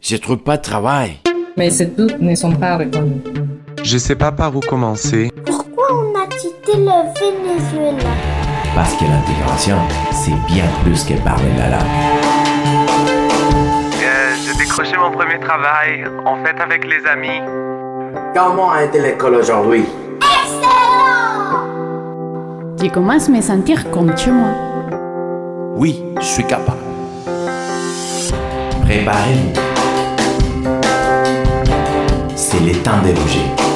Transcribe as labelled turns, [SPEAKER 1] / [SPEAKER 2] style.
[SPEAKER 1] Je trouve pas de travail.
[SPEAKER 2] mais ces doutes ne sont pas reconnus.
[SPEAKER 3] Je sais pas par où commencer.
[SPEAKER 4] Pourquoi on a quitté le Venezuela
[SPEAKER 1] Parce que l'intégration, c'est bien plus que parler la langue.
[SPEAKER 3] J'ai décroché Euh, mon premier travail, en fait avec les amis.
[SPEAKER 1] Comment a été l'école aujourd'hui
[SPEAKER 5] Je commence à me sentir comme chez moi.
[SPEAKER 1] Oui, je suis capable. Préparez-vous. C'est le temps de bouger.